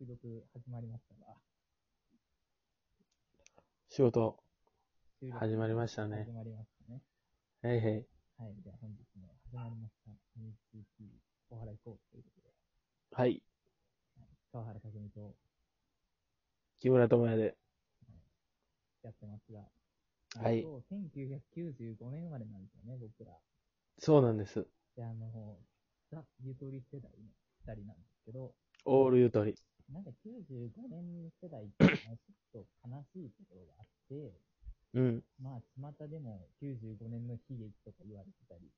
収録始まりましたが、仕事、収録始まりましたね始まりましたね。へいへい。はい。じゃあ本日も始まりました。NCT 小原行こうということで、はい。川原匠と木村智也で。やってますが、はいそう、1995年生まれなんですよね、僕ら。そうなんです。で、あの、ザ・ゆとり世代の二人なんですけど、オールゆとり。なんか95年世代っていうのはちょっと悲しいところがあって、うん。まあ、巷でも95年の悲劇とか言われてたり、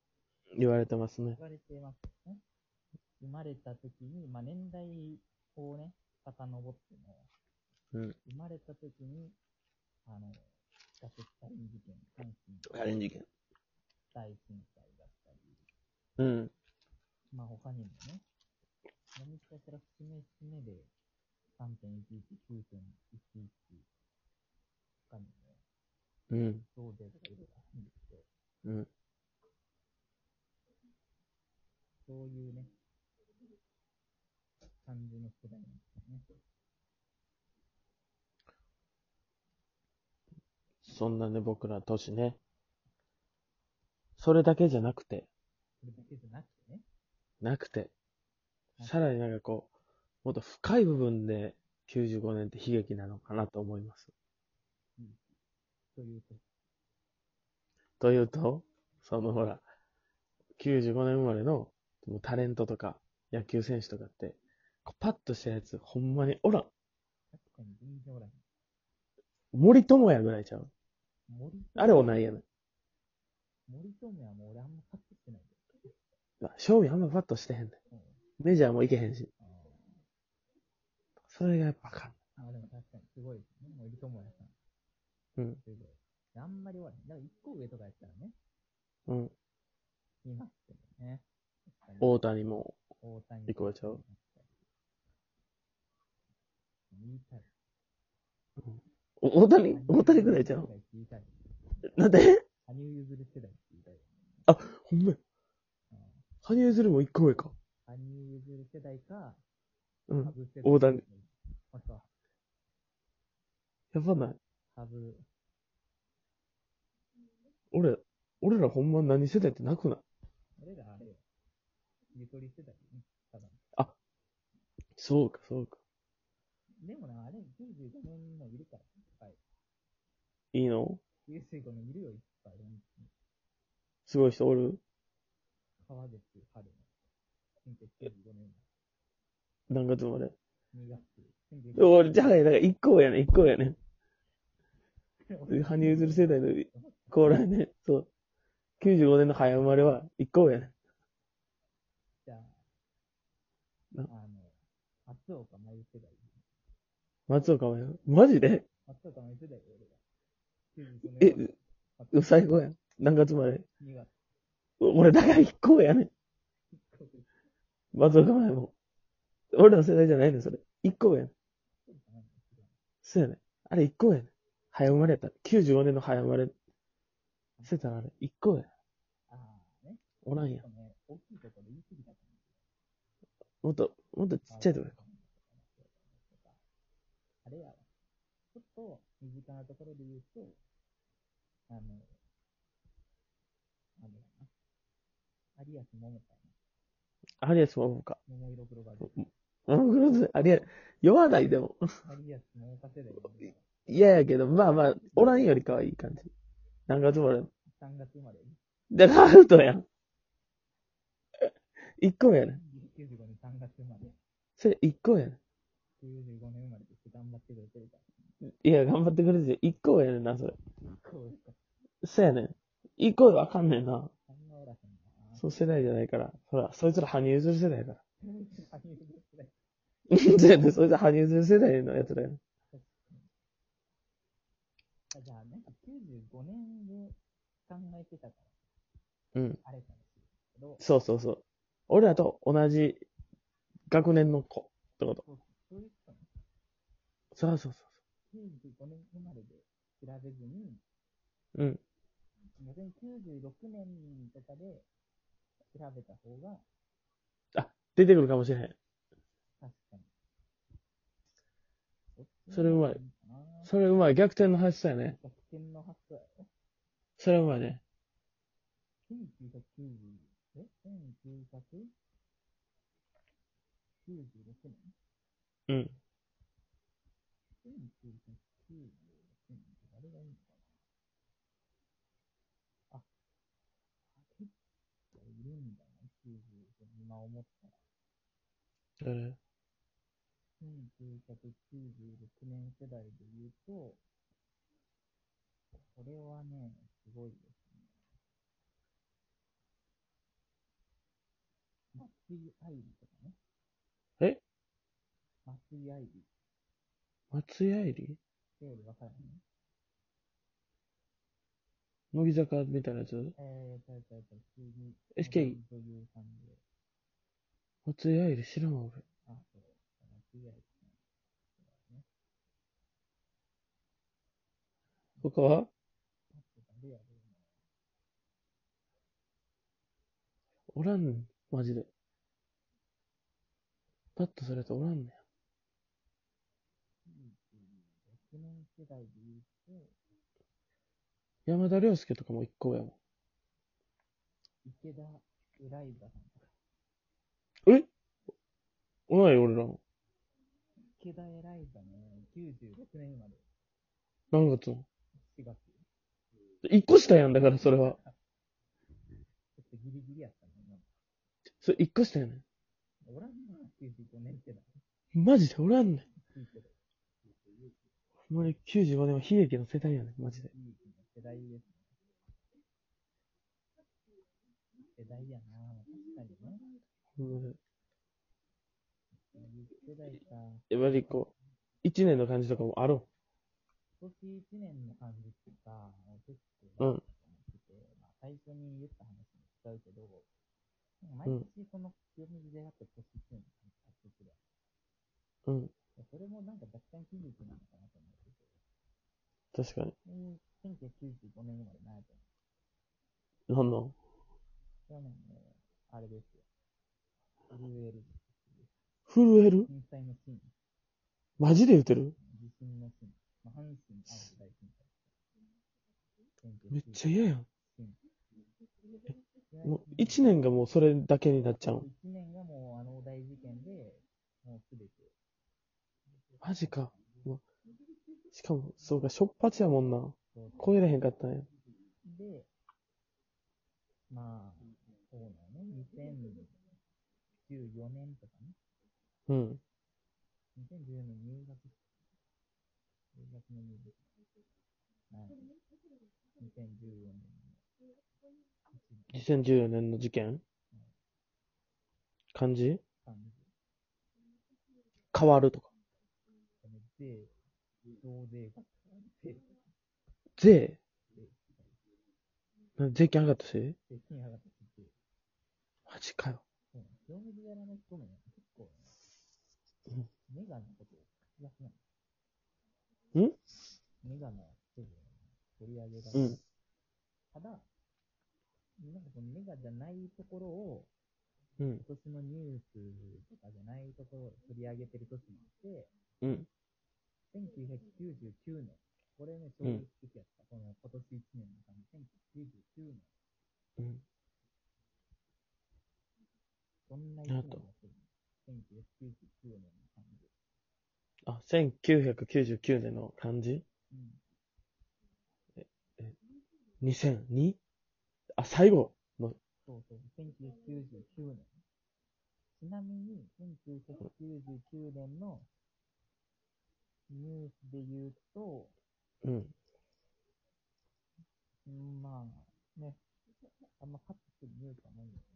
言われてますね言。われてますね。生まれた時に、まあ、年代をね、遡っても、うん。生まれた時に、あの、学生サリン事件、阪神アレンジ券。大震災だったり、うん。まあ、他にもね、何かしら節目節目で、3.11、9.11他にもね、うん。どうでとかいろいろあるんですけど、うん。そういうね、感じの世代なんですよね。そんなね、僕ら都市ね。それだけじゃなくて、それだけじゃなくてね、なくて、はいさらになんかこう、もっと深い部分で95年って悲劇なのかなと思います。というと、というと、そのほら、95年生まれのもうタレントとか野球選手とかって、こうパッとしたやつ、ほんまに、おらん確かに全然おらへん。森友哉ぐらいちゃう森、あれ同いやね森友哉はもう俺あんまカットしてないんだよ。ん。賞味あんまパッとしてへんねん。うんメジャーも行けへんし。あそれがやっぱあかん。ーあー、でも確かにすごいですね。森友哉さん。うん。すごい。あんまりおらへん。だから一個上とかやったらね、うん。いますけどね。確かに大谷も。大谷一個上ちゃう言いたい。お大谷大谷ぐらいちゃう言いたい。なんで羽生結弦世代って言いたいよね。ほんまやうん羽生結弦も一個上か。羽生結弦世代か、うん羽。生世代。大谷。あそうやばない。羽生。俺、俺らほんま何世代ってなくない俺らあれよ。ゆとり世代よね。ただの。そうか、そうか。でもな、あれ、95年もいるから、いっぱい。いいの95年いるよ、いっぱい。すごい人おる川口春の。1995年何月まで。の2月。俺、じゃあ、だから一個上やねん、一個上やねん。 1995羽生結弦世代の、これね、そう。95年の早生まれは一個上やねん。じゃあ、なあの、松岡真由世代。松岡はマジで松岡真由世代よ、え俺が。95年う最後やん。何月まで。 2月。お俺、だから一個上やねん。松岡前も。俺らの世代じゃないねん、それ。一個上やねん。そうやねん。あれ一個上やねん。早生まれやったら。95年の早生まれ。してたらあれ、一個上や。ああ、ね。おらんやちょっとね、大きいところ言い過ぎたかもん。もっと、もっとちっちゃいとこや。あれやわ。ちょっと身近なところで言うと、あの、あれやな。有安桃かアリアスも僕か。な。桃色黒が出てモングルーズ、アリア、酔わないでも。る。有安桃か世代が出てる。嫌やけど、まあまあ、おらんよりかはいい感じ。何月生まれの3月生まれ。だから、アウトやん。 一個上やねん。 95年3月生まれ。それ一個上やね95年生まれとして頑張ってくれてるかん。いや、頑張ってくれて、一個上やねんな、それ。ら。そうですか。そうやねん。一個上わかんねんな。そんなおらへんな。 そう世代じゃないから。ほら、そいつら羽生結弦世代やから。羽生結弦 そうやねん。そいつら羽生結弦世代のやつだよね。じゃあ、なんか95年で考えてたかうん。ら、あれかもしれないけど、そうそうそう。俺らと同じ学年の子ってこと。そうそういう人もそうそうそ95年生まれで調べずに、う。うん。逆に96年とかで調べた方が、出てくるかもしれへん。確かに。それうまいんかなそれうまい。逆転の発想やね。逆転の発想やろそれうまいね。 1990え1996年うん。 1996年って誰がいいのかなあ、結構いるんだな、95年。今思ったら。誰1996年世代で言うと、これはね、すごいですね。松井愛理とかね。え松井愛理っ松井愛理てよりわからない乃木坂みたいなやつえー、ちゃうちゃうちゃう、普通に。 SKE 女優さんで。松井愛理知らんわ、俺。あ、そう。松井愛理ね。他はあと誰やろうな。おらんねん、マジで。パッとそれとおらんねん。 96年世代で言うと、山田涼介とかも一個やも池田エライザさんとか。ん。えおない俺らも。池田エライザね、96年生まれ、何月も。 4月。一個下やんだから、それは。ちょっとギリギリやったね。今それ一個下やねおらんな、95年世代。ん。マジでおらんねん。いいけど、ほんまに95年は悲劇の世代やねん、マジで。いい世代ですね。世代やな、確かにね。ほんまにいい世代か。やっぱりこう、一年の感じとかもあろ今年1年の感じってさ、結う構、んてまあ、最初に言った話に使うけど、毎ん年この清水であった年1年の感じがするやんう。ういん。やそれもなんか若干筋肉なのかなと思ってて。確かに。えー1995年生まれないと思う。なんなん去年ね、あれですよ。震える。震える震災のシーン。マジで言うてる地震のシーン。まあ、阪神・淡路大震災。めっちゃ嫌やん。ゃもう一年がもうそれだけになっちゃう。一年がもうあの大事件で、もうすべて。マジか。もうしかも、そうか、しょっぱちやもんな。超えれへんかったんや。で、まあ、そうだね。2014年とかね。うん。 2014年入学式。入学の入学式。はい。2014年2014年の事件漢字の3月変わるとか。で、増税がで、税な税金上がったし税金上がってきて、マジかよ。そう業務やらない人もね、結構うねん、メガのことを口出しない。んメガの部分取り上げが、うんただ、なんかこのメガじゃないところを、うん。今年のニュースとかじゃないところを取り上げてる年もあって、うん。 1999年、これね、衝うん撃的やった、この今年1年の間に、1999年、うん。どんな1な年るだほっどたの ?1999 年の感じ。あ、1999年の漢字うん。 ?2002? あ、最後の、そうそう、1999年。ちなみに、1999年のニュースで言うと、うん。うんまあ、ね、あんまカットするニュースはないんだけ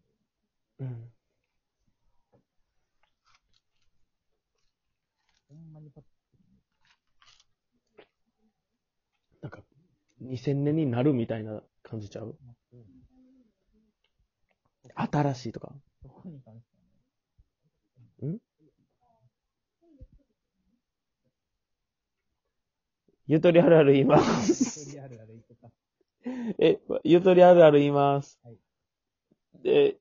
ど、うん。ほんまにカットするニュース。なんか、2000年になるみたいな感じちゃうなくて新しいとか。そこに関してはね。んゆとりあるある言います。 一人あるあるいとか。え、ゆとりあるある言います。はいで、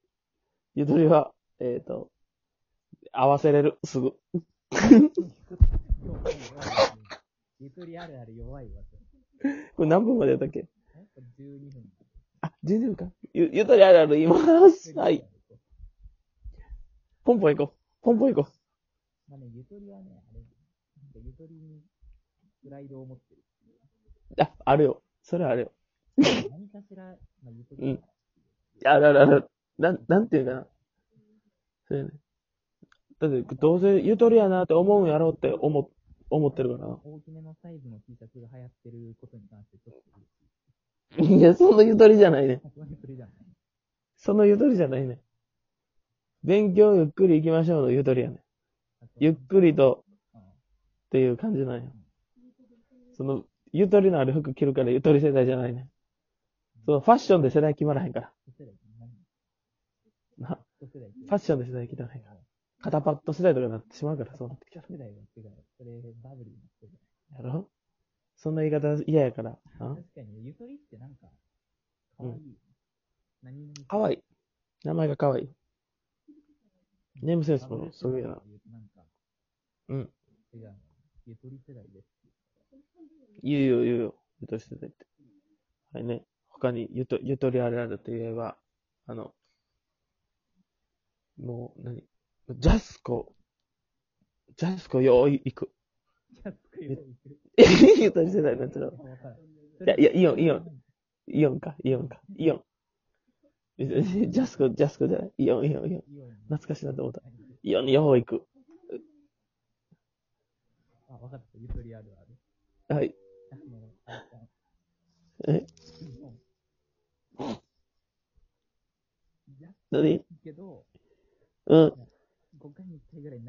ゆとりは、えっ、と、合わせれる、すぐ。よう考えられてるゆとりあるある弱いわ、それ。これ何分までやったっけえこれ12分。あ、全然か。ゆ、ゆとりあるある言います。はい。。ポンポン行こう。ポンポン行こまあね、ゆとりはね、あれ、なんかゆとりにプライドを持ってる。う。あ、あるよ。それはあるよ。何かしら、まあ、ゆとりだからいや、あるあるある。なん、なんていうかな。そうやね。だって、どうせゆとりやなって思うんやろうって思、思ってるか大きめのサイズの T シャツが流行ってることに関してちょっと嬉しい、ら。いや、そのゆとりじゃないね。さすがにそれじゃない。そのゆとりじゃないね。勉強ゆっくり行きましょうのゆとりやね。ゆっくりと、うん。っていう感じなんよ。その、ゆとりのある服着るからゆとり世代じゃないね。そのファッションで世代決まらへんから。一世代って何な一世代ってファッションで世代決まらへんから。肩パッド世代とかになってしまうから、そうなってきた一世代は違う。それ、バブルになってる。やろそんな言い方嫌やから。あ確かに、ゆとりってなんか、かわいい。何々かわいい。名前がかわいい。ネームセンスバブもル世すご代いな。ってうとなんか、うん。違う。ゆとり世代です。言うよ言うよ。ゆとり世代って。はいね。他にゆと、ゆとりあるあるといえば、あの、もう、何ジャスコ。ジャスコよーい行く。 じゃあ、作りを言えゆとり世代になっちゃう。いや、いや、イオン、イオン、ン。イオンか、イオンか、イオン。ジャスコ、ジャスコじゃない。イオン、イオン、イオン。イオン。懐かしいなと思った。イオンによう行く。あ、わかった。ゆとりあるある。はい。あの、あれかえイオン安何いけど、うん。 5回に1回ぐらい